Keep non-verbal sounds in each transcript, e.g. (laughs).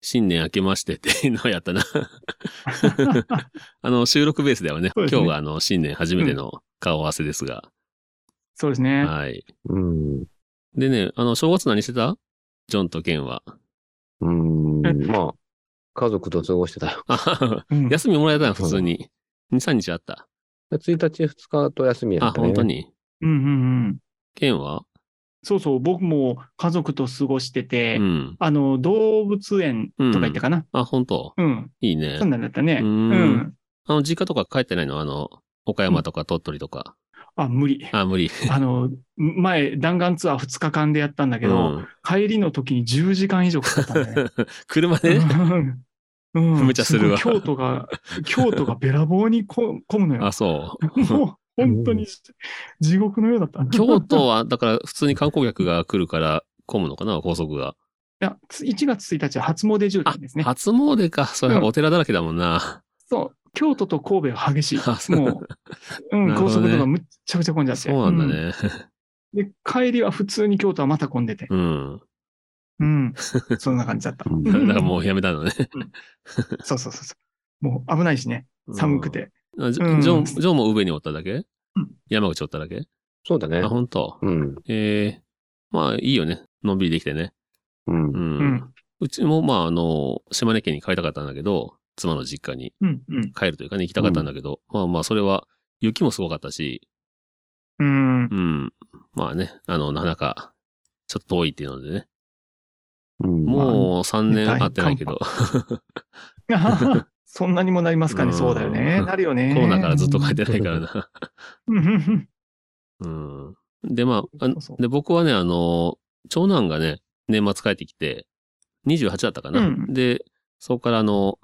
新年明けましてっていうのをやったな。 (laughs) あの、収録ベースではね、そ今うです日ねがあの、新年初めての顔合わせですが。そうですね。はい。うん。でね、あの、正月何してたジョンとケンは。うん。まあ、家族と過ごしてた (laughs) よ。あははうん休みもらえたの、普通に。2、3日あった。 1日、2日と休みやあ、ったね。本当。に。うんうんうん。ケンはそうそう、僕も家族と過ごしてて、うん。あの、動物園とか行ったかな。あ、本当うん。いいねそ。んなんだったね。ううんん。あの、実家とか帰ってないのあの、岡山とか鳥取とか。あ、無理。 (laughs) あ、無理。あの、前、弾丸ツアー2日間でやったんだけど、うん帰りの時に10時間以上かかった (laughs) んだね。車でうんうん無茶するわごい京都が、京都がべらぼうにこ混むのよあ、。そう。もう、本当に地獄のようだった。京都は、だから普通に観光客が来るから混むのかな、高速 (laughs) が。いや、つ1月1日は初詣渋あ滞です、ね。初詣か。それうんお寺だらけだもんな。そう。京都と神戸は激しあ (laughs) い。そう (laughs) もう、うなるほどねん、高速道路むっちゃくちゃ混んじゃって。そうなんだね。うん。で、帰りは普通に京都はまた混んでて。うん。うん。そんな感じだった。うん (laughs) だからもうやめたのね。そうそうそうそう。もう危ないしね。寒くて。あ。ジうョんジョン、ジョンも上におっただけうん山口おっただけそうだねあ、。本当。うん。ええまあいいよね。のんびりできてね。う。うんん。うちも、まああの、島根県に帰りたかったんだけど、妻の実家にうん、うん、帰るというかね、行きたかったんだけど、まあまあそれは雪もすごかったし、 (laughs) うん。うん。まあね、あの、なかなか、ちょっと遠いっていうのでね。うん。もう3年まあ会ってないけど、そんなにもなりますかうね。んそうだよね。なるよね。コロナからずっと帰ってないからな。うん。うんうん。で、まあ、あそうそうで、僕はね、あの、長男がね、年末帰ってきて、28だったかな。うんで、そこからあの、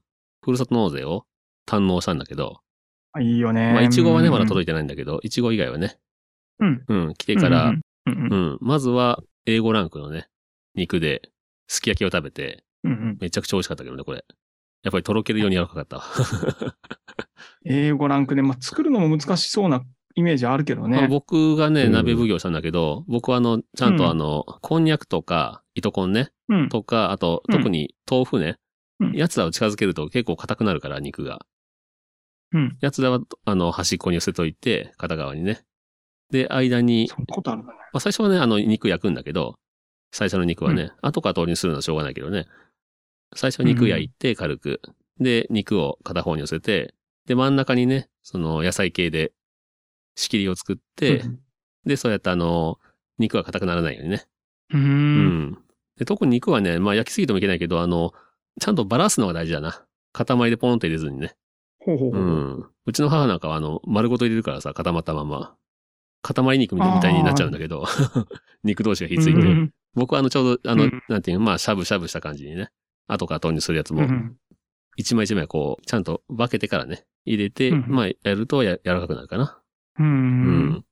ふるさと納税を堪能したんだけど、あいいよね。まあ、いちごはね、まだい届いてないんだけど、いちご以外はね、うん。うん、来ててから、うん、、うんうんうんまずは、A5 ランクのね、肉で、すき焼きを食べて、うんうん。めちゃくちゃ美味しかったけどね、これ。やっぱりとろけるように柔らかかったわ。英語ランクで、まあ、作るのも難しそうなイメージあるけどまあね。僕がね、うん鍋奉行したんだけど、僕はあの、ちゃんとあの、こんにゃくとか、糸こんね、うん。とか、あと、うん特に豆腐ね、うんやつらを近づけると結構硬くなるから、肉が。うんやつらは、あの、端っこに寄せといて、片側にね。で、間に、そんなことあるんだね。まあ最初はね、あの、肉焼くんだけど、最初の肉はね、後から通りにするのはしょうがないけどね。最初は肉焼いて、軽く。で、肉を片方に寄せて、で、真ん中にね、その、野菜系で、仕切りを作って、で、そうやってあの、肉が硬くならないようにね。うん。ううんで特に肉はね、まあ焼きすぎてもいけないけど、あの、ちゃんとバラすのが大事だな。塊でポンと入れずにね。ほうほううほう。ん。うちの母なんかはあの、丸ごと入れるからさ、固まったまま。塊肉みたいみたいになっちゃうんだけど、 (laughs) 肉同士がひっついて。うん僕はあの、ちょうど、あの、うんなんていうのまあ、しゃぶしゃぶした感じにね。後から投入するやつうんも、うん一枚一枚こう、ちゃんと分けてからね、入れて、うんまあ、やるとや柔らかくなるかな。うんうん。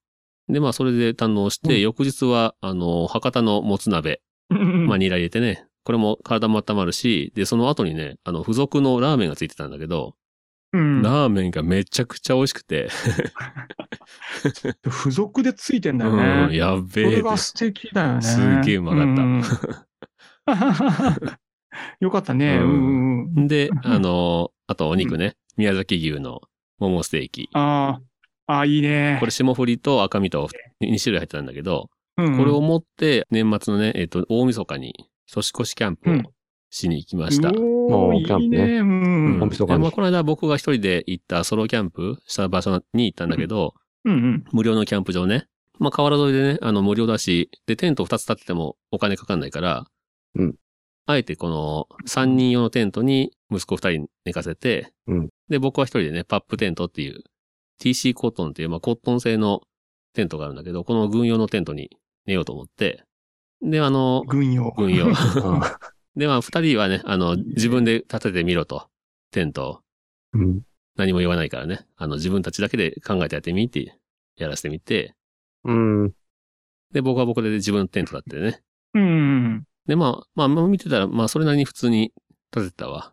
で、まあ、それで堪能して、うん翌日は、あの、博多のもつ鍋、うんうんまあ、ニラ入れてね、これも体も温まるし、で、その後にね、あの、付属のラーメンがついてたんだけど、うんラーメンがめちゃくちゃ美味しくて、付属でついてんだようん、ね。やそべえれって。が素敵だよね。すげえうまかったった。 (laughs) よかったね。ううんんうん。で、あの、あとお肉ね、宮崎牛のももステーキ。ああ、ああ、いいね。これ、霜降りと赤身と2種類入ってたんだけど、れこれを持って、年末のね、えっ、と、大晦日に、年越しキャンプをしに行きました。おーもうキャンいいプねね。うんうん本気とかねまあ、この間僕が一人で行ったソロキャンプした場所に行ったんだけど、うん無料のキャンプ場ね。まあ、河原沿いでね、あの、無料だし、で、テント2つ立ててもお金かかんないから、うんあえてこの、3人用のテントに息子2人寝かせて、うんで、僕は一人でね、パップテントっていう、TC コットンっていう、まあ、コットン製のテントがあるんだけど、この軍用のテントに寝ようと思って、で、あのう (laughs) ん。、軍用。軍用。 (laughs) あで、まあ、二人はね、あの、自分で立ててみろと。テント、うん。何も言わないからね、あの自分たちだけで考えてやってみって、やらせてみて、うん。で、僕は僕で自分のテントだってね。うん。で、まあ、まあ、まあ見てたら、まあ、それなりに普通に立ててたわ。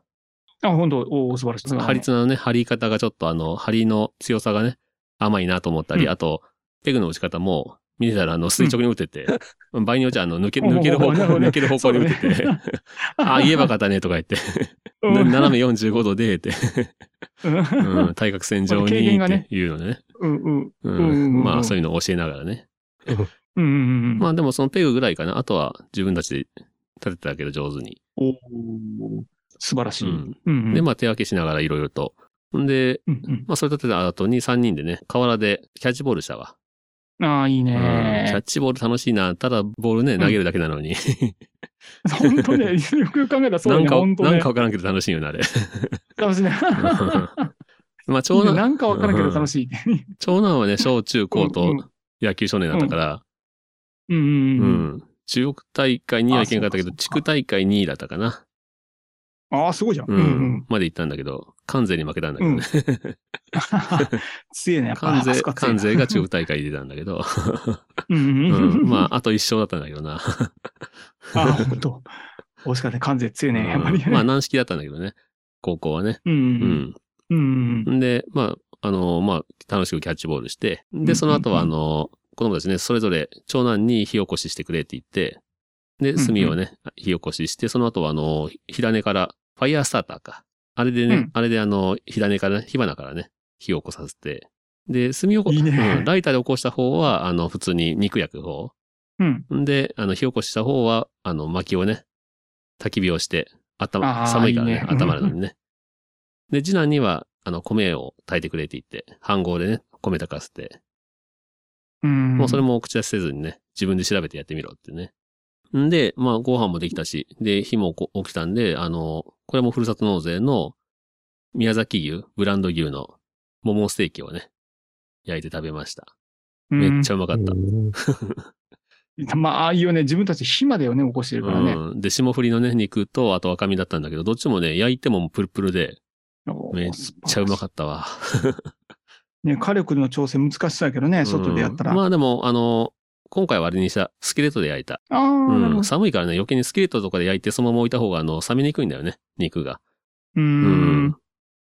あ、本当おお素晴らしい。その張り綱のね、張り方がちょっとあの、張りの強さがね、甘いなと思ったり、うんあと、ペグの打ち方も、見てたらあの、垂直に打て (laughs) て、場合によっちゃあの、抜け、抜ける方向、おーなるほどね抜ける方向に打てて、そうねあ、言えば勝たねとか言って、うんな (laughs) 斜め45度で、って、うん、対角線上これ軽に、減がねっていうのね。うんうんうんうんうんうんまあ、そういうのを教えながらね。うんうんうん。まあ、でもそのペグぐらいかな。あとは自分たちで立ててたけど上手に。おー素晴らしい。ううんんうんで、まあ、手分けしながらいろいろと。んで、うんまあ、それ立てた後に3人でね、河原でキャッチボールしたわ。うんああ、いいうんキャッね。チボール楽しいな。ただ、ボールね、ん投げるだけなのに。本 (laughs) 当ね、よくよく考えたらそうなんだね。か、本当なんねか。わからんけど楽しいよ (laughs) ね、あれ。楽 (laughs) しいね。まあ、長いいね男、 (laughs) なんかわからんけど楽しい。長男はね、小中高うとんうん野球少年だったから、うんうんううん。ん。中国大会には行けなかったけど、あそうか地そうか区大会2位だったかな。ああ、すごいじゃん。う。うんんまで行ったんだけど、関税に負けたんだけど (laughs) ね。うん。強いね。やっぱ関あ税、そこは強い関税が中国大会に出たんだけど、 (laughs) うんう。うんん。まあ、あと1勝だったんだけどな。 (laughs) ああ、本当。惜しかったね。関税強いね。やっぱりね。うんまあ、軟式だったんだけどね。高校はね。うんうんうん。うん。で、まあ、あの、まあ、楽しくキャッチボールして、んうんうで、んその後は、あの、子供たちね、それぞれ長男に火起こししてくれって言って、で、ん炭をね、火起こしして、その後は、あの、火種から、ファイアースターターか。あれでね、うんあれで、あの、火種からね、火花からね、火を起こさせて、で、炭を起こいいねうんライターで起こした方は、あの、普通に肉焼く方。うん。で、あの、火起こした方は、あの、薪をね、焚き火をして、頭、あー寒いからね、いいね頭なのにね。 (laughs) で、次男には、あの、米を炊いてくれって言って、飯合でね、米炊かせて、うん。もうそれも口出しせずにね、自分で調べてやってみろってね。んで、まあ、ご飯もできたし、で、火もこ起きたんで、あの、これもふるさと納税の、宮崎牛、ブランド牛の、桃ステーキをね、焼いて食べました。めっちゃうまかった。うん。まあ、ああいうね、自分たち火までをね、起こしてるからね。うん、で、霜降りのね、肉と、あと赤身だったんだけど、どっちもね、焼いてもプルプルで、めっちゃうまかっったわ。た。ね、火力の調整難しそうやけどね、外でやったら。うんまああでも、あの、今回はあれにした、スキレットで焼いた。あー、なうるほん、ど。寒いからね、余計にスキレットとかで焼いてそのまま置いた方が、あの、冷めにくいんだよね、肉が。うー。。うん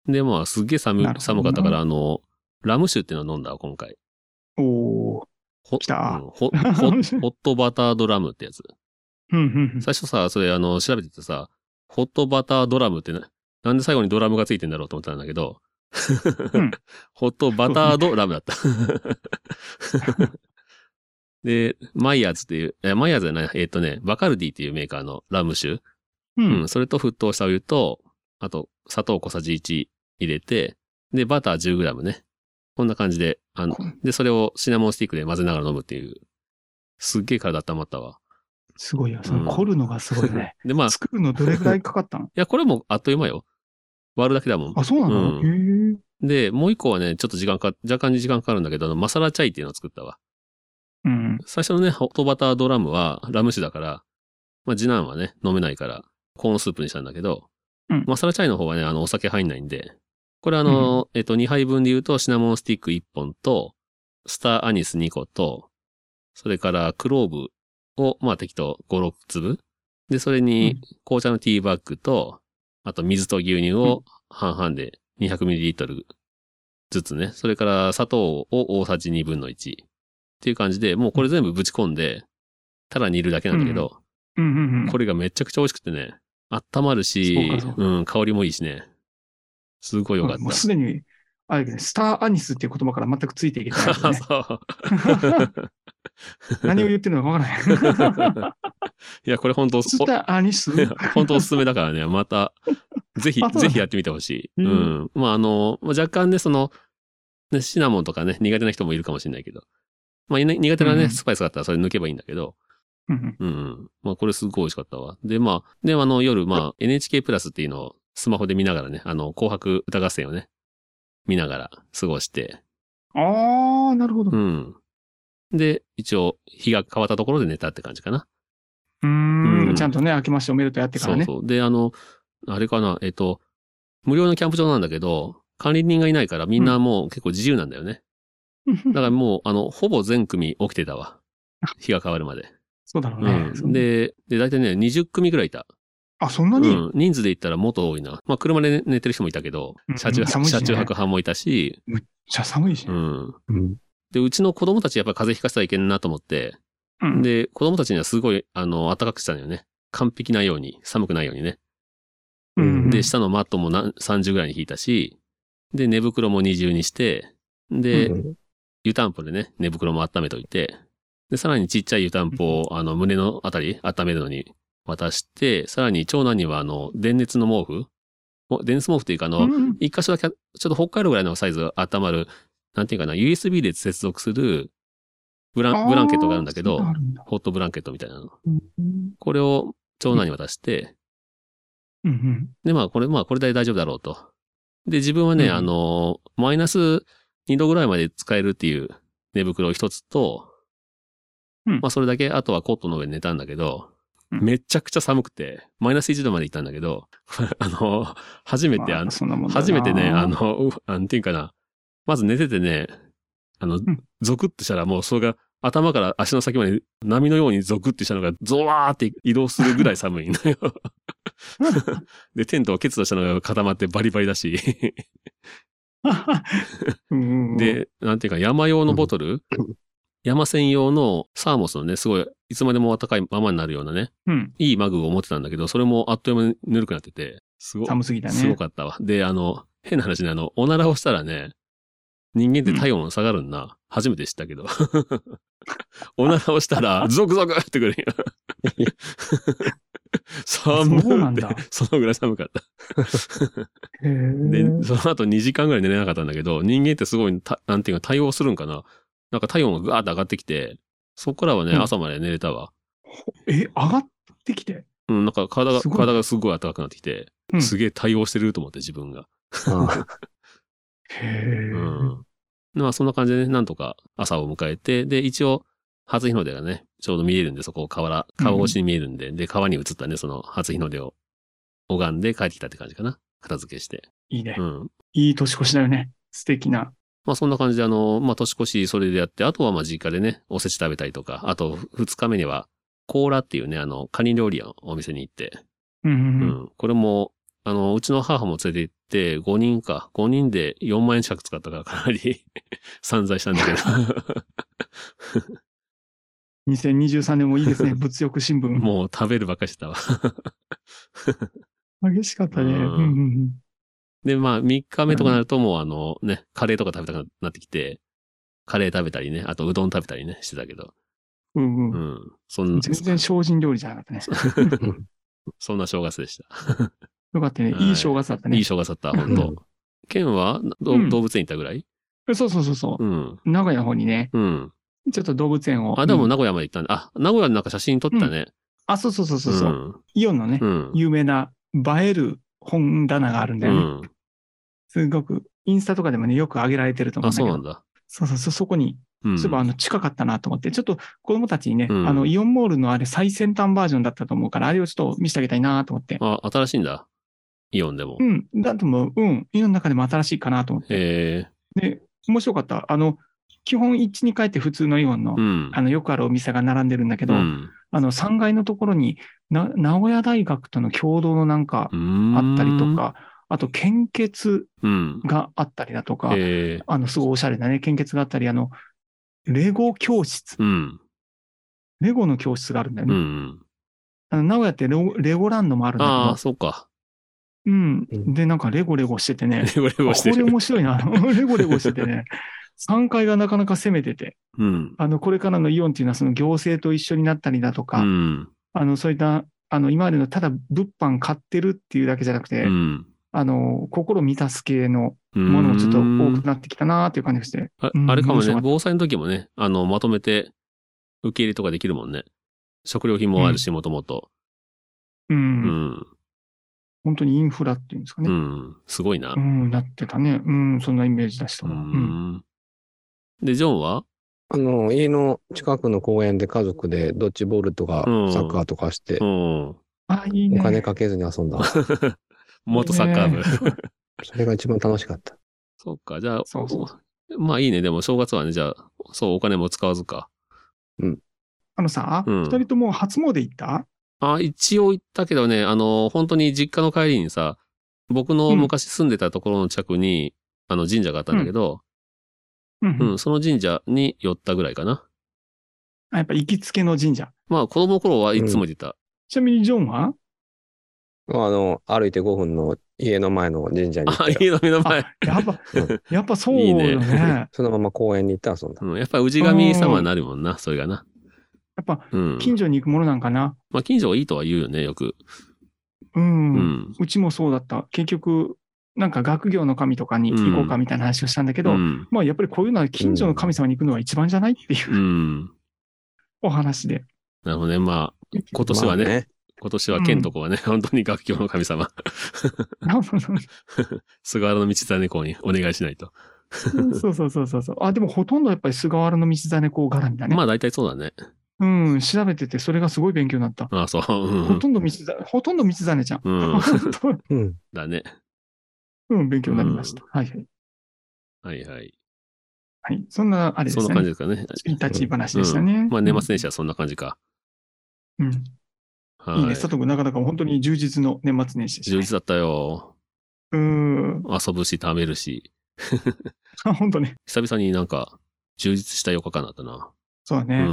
で、まあ、すっげえな寒る、ほどな寒かったから、あの、ラム酒っていうのを飲んだわ、今回。おおほ来たうんほほ (laughs) ホー。ットバタードラムってやつ。うんうん最初さ、それ、あの、調べててさ、ホットバタードラムってな、なんで最後にドラムがついてんだろうと思ったんだけど、うん (laughs) ホットバタードラム (laughs) だった。で、マイヤーズっていう、えマイヤーズじゃない、えっ、とね、バカルディっていうメーカーのラム酒。う。うんん、それと沸騰したお湯と、あと、砂糖小さじ1入れて、で、バター 10g ね。こんな感じで、あのこ、で、それをシナモンスティックで混ぜながら飲むっていう。すっげえ体温まったわ。すごいよ。そうんの凝るのがすごい (laughs) ね。で、まあ、作るのどれぐらいかかったのいや、これもあっという間よ。割るだけだもん。あ、そうなの、うへえ。で、もう一個はね、ちょっと時間か、若干時間かかるんだけど、あの、マサラチャイっていうのを作ったわ。うん。最初のね、ホットバタードラムはラム酒だから、まあ、次男はね、飲めないから、コーンスープにしたんだけど、うんマサラチャイの方はね、あの、お酒入んないんで、これあの、えっと、2杯分で言うと、シナモンスティック1本と、スターアニス2個と、それからクローブを、まあ、適当5、6粒。で、それに、紅茶のティーバッグと、あと水と牛乳を半々で 200ml ずつね。それから砂糖を大さじ2分の1。っていう感じで、もうこれ全部ぶち込んで、ただ煮るだけなんだけど、うんうんうん。これがめちゃくちゃ美味しくてね、温まるしそうかそう、かうん、香りもいいしね。すごいよかっもうた。すでに、あれだけどねスターアニスっていう言葉から全くついていけてないよね。 (laughs) そう。 (laughs) 何を言ってるのかわから (laughs) ない。いや、これ本当おスターアニス本当おすすめだからね、また、ぜひあそうなん、だぜひやってみてほしい。ううんん。まあ、あの、まあ若干ね、その、ねシナモンとかね、苦手な人もいるかもしれないけど、まあ、いな苦手なうんうね、んスパイスがあったらそれ抜けばいいんだけど、うんうんうんうん。まあ、これすごい美味しかったわ。で、まあ、で、あの、夜、まあ、NHK プラスっていうのをスマホで見ながらね、あの、紅白歌合戦をね、見ながら過ごして、ああ、なるほど。う。うんで、一応、日が変わったところで寝たって感じかな。ーうんん。ちゃんとね、明けましておめでとうやってかそらうね。そう。で、あの、あれかな、えっと、無料のキャンプ場なんだけど、管理人がいないからみんなもう結構自由なんだよね。だからもう、あの、ほぼ全組起きてたわ。日が変わるまで。 (laughs) そうだろううね。ん。で、で、大体ね、20組ぐらいいた。あ、そんなうに、ん。人数で言ったらもっと多いな。まあ、車で寝てる人もいたけどう、ん車中、うん寒いしね車中泊派もいたし、じゃあ寒いしうね。ん。うん。で、うちの子供たちやっぱり風邪ひかせたらいけんなと思って、うんで、子供たちにはすごい、あの、暖かくしたのよね。完璧なように、寒くないようにね。うんで、下のマットもな30ぐらいに引いたし、で、寝袋も二重にして、で、うん湯たんぽでね、寝袋も温めといて、で、さらにちっちゃい湯たんぽを、あの、胸のあたり温めるのに渡して、さらに長男には、あの、電熱の毛布お電熱毛布っていうか、あの、うん一箇所だけ、ちょっと北海道ぐらいのサイズが温まる、なんていうかな、USB で接続するブランブランケットがあるんだけどあーそう、なんだホットブランケットみたいなの。うんこれを長男に渡して、うんうんで、まあ、これ、まあ、これで大丈夫だろうと。で、自分はね、うんあの、マイナス2度ぐらいまで使えるっていう寝袋一つと、うんまあ、それだけ、あとはコットンの上に寝たんだけど、うんめちゃくちゃ寒くて、マイナス1度まで行ったんだけど、 (laughs) あの、初めて、まあのあ、そんなもんだな初めてね、あ、の、う (laughs) なんていうかな、まず寝ててね、あのん、ゾクッとしたらもうそれが頭から足の先まで波のようにゾクッとしたのがゾワーって移動するぐらい寒いのよ。で、テントを結露したのが固まってバリバリだし、 (laughs) うんうん、で、なんていうか山用のボトル、山専用のサーモスのね、すごい、いつまでも温かいままになるようなね、うん、いいマグを持ってたんだけど、それもあっという間にぬるくなってて、すごい、寒すぎたね。すごかったわ。で、あの、変な話ね、あの、おならをしたらね、人間って体温下がるんな。初めて知ったけ (laughs) ど。おならをしたら、ゾクゾク (laughs) ってくるんよ。寒そうなんいだって、そのぐらい寒かった。へでー、その後2時間ぐらい寝れなかったんだけど、人間ってすごい、たなんていうか対応するんかな。なんか体温がガーッと上がってきて、そこからはね、うん朝まで寝れたわ。え、上がってきて。うん、なんか体が、すごい体がすごい暖かくなってきて、うんすげえ対応してると思って自分が。あへーうん。まあそんな感じでね、なんとか朝を迎えて、で、一応、初日の出がね、ちょうど見えるんで、そこを河原、川越しに見えるんで、で、川に映ったね、その初日の出を拝んで帰ってきたって感じかな。片付けして。いいねう。ん。いい年越しだよね。素敵な。まあそんな感じで、あの、まあ年越しそれでやって、あとはまあ実家でね、おせち食べたりとか、あと二日目には、コーラっていうね、あの、カニ料理屋のお店に行って、うんううんん。これも、あの、うちの母も連れて行って、5人か、5人で4万円近く使ったからかなり (laughs) 散財したんだけど、うん。2023年もいいで (laughs) すね。物欲新聞。もう食べるばっかりしてたわ。激しかったね。ううんんうんで、まあ、3日目とかなるともうあの、ね、カレーとか食べたくなってきて、カレー食べたりね、あとうどん食べたりね、してたけど、うんうんううんん。そんな、全然精進料理じゃなかったね。そんな正月でした。よかったね。はいいい正月だったね。いい正月だった、本うん当ケンは、どうん動物園行ったぐらいそうそうそうそうう。ん。名古屋の方にね、うん。ちょっと動物園を。あ、でもうん名古屋まで行ったんだ。あ、名古屋のなんか写真撮ったね。あ、そうそうそうそうそう。イオンのねう、ん。有名な映える本棚があるんだうよね。ん。すごく、インスタとかでもね、よく上げられてると思うあ、んだけそうど。なんだ。そうそうそう、そこに、うん。そういえばあの近かったなと思って、ちょっと子供たちにね、うんあの、イオンモールのあれ最先端バージョンだったと思うから、あれをちょっと見せてあげたいなと思って。あ、新しいんだ。イオンでもう。ん、だともう、うん、イオンの中でも新しいかなと思って。へえ。で、面白かった。あの、基本一に帰って普通のイオンの、うん。あの、よくあるお店が並んでるんだけど、うんあの、3階のところに、な、名古屋大学との共同のなんか、うん。あったりとか、あと、献血うん。があったりだとか、へえ。あの、すごいおしゃれなね、献血があったり、あの、レゴ教室、うん。レゴの教室があるんだようね。ん。あの名古屋ってレゴレゴランドもあるんあだあ、そうか。 (laughs) けど、うんう。んで、なんかレゴレゴしててねレ、 (laughs) ゴレあゴしてこれる。面白いな、あ (laughs) のレゴレゴしててね、3階がなかなか攻めてて、うん。あの、これからのイオンっていうのは、その行政と一緒になったりだとうか、ん。あの、そういった、あの、今までのただ物販買ってるっていうだけじゃなくて、うん。あの、心満たす系のうんものもちょっと多くなってきたなーっていう感じがして。あうんあれかも面ね白かっ、た防災の時もね、あの、まとめて受け入れとかできるもんね。食料品もあるし、もともと。うん。うん。本当にインフラっていうんですかうね。ん。すごいなう。ん、なってたね。うん、そんなイメージ出したうわうん。ん。で、ジョンはの、家の近くの公園で家族でドッジボールとかうんサッカーとかしてう、ん。あ、いいね。お金かけずに遊んだ。元サッカー部。それが一番楽しかった。 (laughs) そっか、じゃあ、そうそうまあいいね、でも正月はね、じゃあ、そう、お金も使わずか。あのさ、う二、ん人とも初詣行ったあ、一応行ったけどね、あの、本当に実家の帰りにさ、僕の昔住んでたところの近くに、あの神社があったんだけど、うんううんん、その神社に寄ったぐらいかな。あやっぱ行きつけの神社。まあ子供の頃はいつも行ってた。ちなみにジョンはあの、歩いて5分の家の前の神社に行っあ、たよ家の目の前。やっぱ、うんやっぱそうよね。いいねそのまま公園に行った遊んだ。うん、やっぱ氏神様になるもんな、それがな。やっぱうん。近所に行くものなんかな。まあ近所がいいとは言うよね、よく。うん。う。うんちもそうだった。結局、なんか学業の神とかに行こうかみたいな話をしたんだけうど、ん。まあやっぱりこういうのは近所の神様に行くのは一番じゃないっていううん。お話で。なるほどね。まあ、今年はね、まあ今年は剣とこはね、本当に学業の神様、 (laughs) 菅原道真公にお願いしないと。 (laughs) そうそうそうそうそう。あ、でもほとんどやっぱり菅原道真公絡みだね。まあ大体そうだね。うん、調べてて、それがすごい勉強になった。ああ、そう。うんうほんとんど道真、ほとんど道真ちゃん。 (laughs) うんほとんどうん。だね。うん、勉強になりました。はいはい。はいはい。はい。そんな、あれでそんすな感じね。ですかね。立ち話でしたね。まあ年末年始はそんな感じか。うん。はいいいね。佐藤君、なかなか本当に充実の年末年始でした、充ね。実だったよ。うん。遊ぶし、食べるし。あ、本当ね。久々になんか、充実した4日間だったな。そうだうね。ん。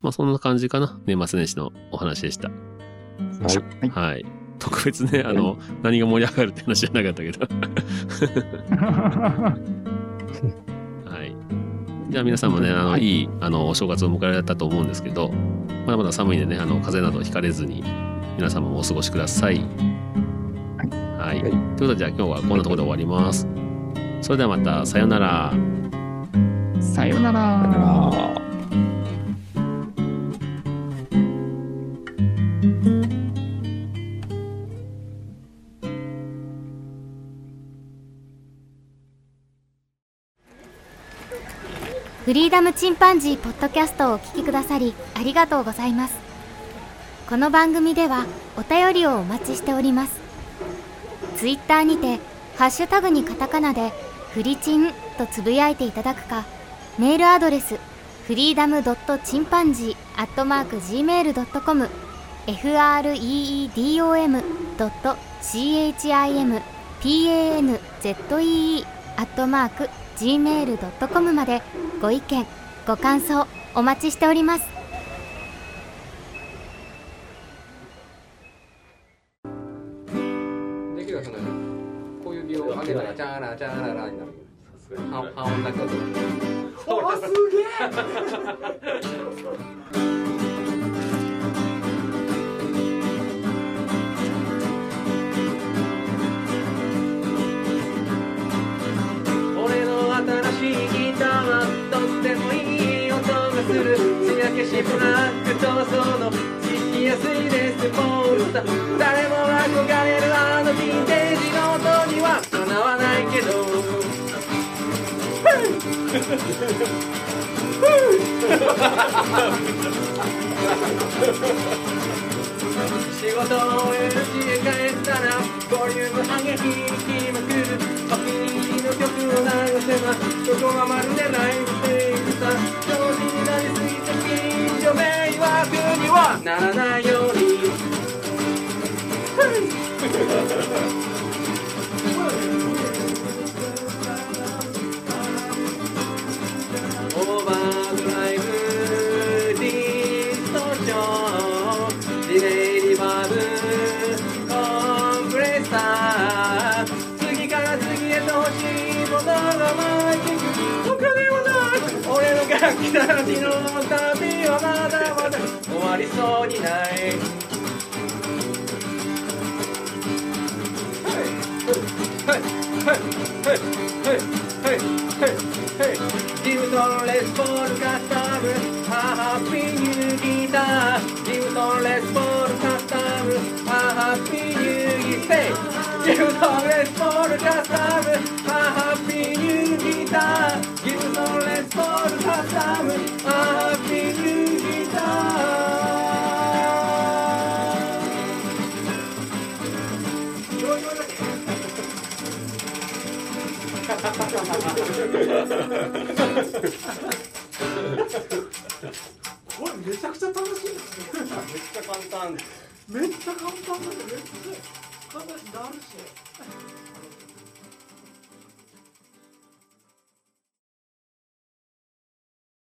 まあそんな感じかな。年末年始のお話でした。はいはいはい。特別ね、あの、何が盛り上がるって話じゃなかったけど。 (laughs) はい。じゃあ皆さんもね、あの、はいいい、あの、お正月を迎えられたと思うんですけど、まだまだ寒いんでね、あの、風邪などひかれずに、皆様もお過ごしください。はい。はいということで、じゃあ今日はこんなところで終わります。それではまた、さようなら。 (laughs) さよなら。だからフリーダムチンパンジーポッドキャストをお聞きくださりありがとうございますこの番組ではお便りをお待ちしておりますツイッターにてハッシュタグにカタカナでフリチンとつぶやいていただくかメールアドレスフリーダムドットチンパンジーアットマーク Gmail.com freedom ドット chimpanzee アットマーク gmail.com までご意見ご感想お待ちしておりますできるはずなのよこういうビを上げたらチャーラチャーララになる半半音だけだと俺の新しいギターはとってもいい音がする艶消しブラックとその聞きやすいですポールスター誰もが憧れるあのヴィンテージの音にはかなわないけど仕事を終える家帰ったらボリューム上げ引きまくるお気に入りの曲を流せばそこはまるでライブテイクさ上手になりすぎて近所迷惑にはならないようにオーバードライブディストーションディレイリバーブコンプレッサー次から次へと欲しいものが回ってくるお金はない俺の楽器たちの旅はまだまだ終わりそうにないギブトンレスボールカスタムハッピーニューギターギブトンレスボールカスタムハッピーニューギターギブトンレスボールカスタムハッピーニューギターギブトンレスボールカスタムハッピーニューギターこれめちゃくちゃ楽しいんですよちゃ簡単めっちゃ簡単だよめっちゃ簡単になるし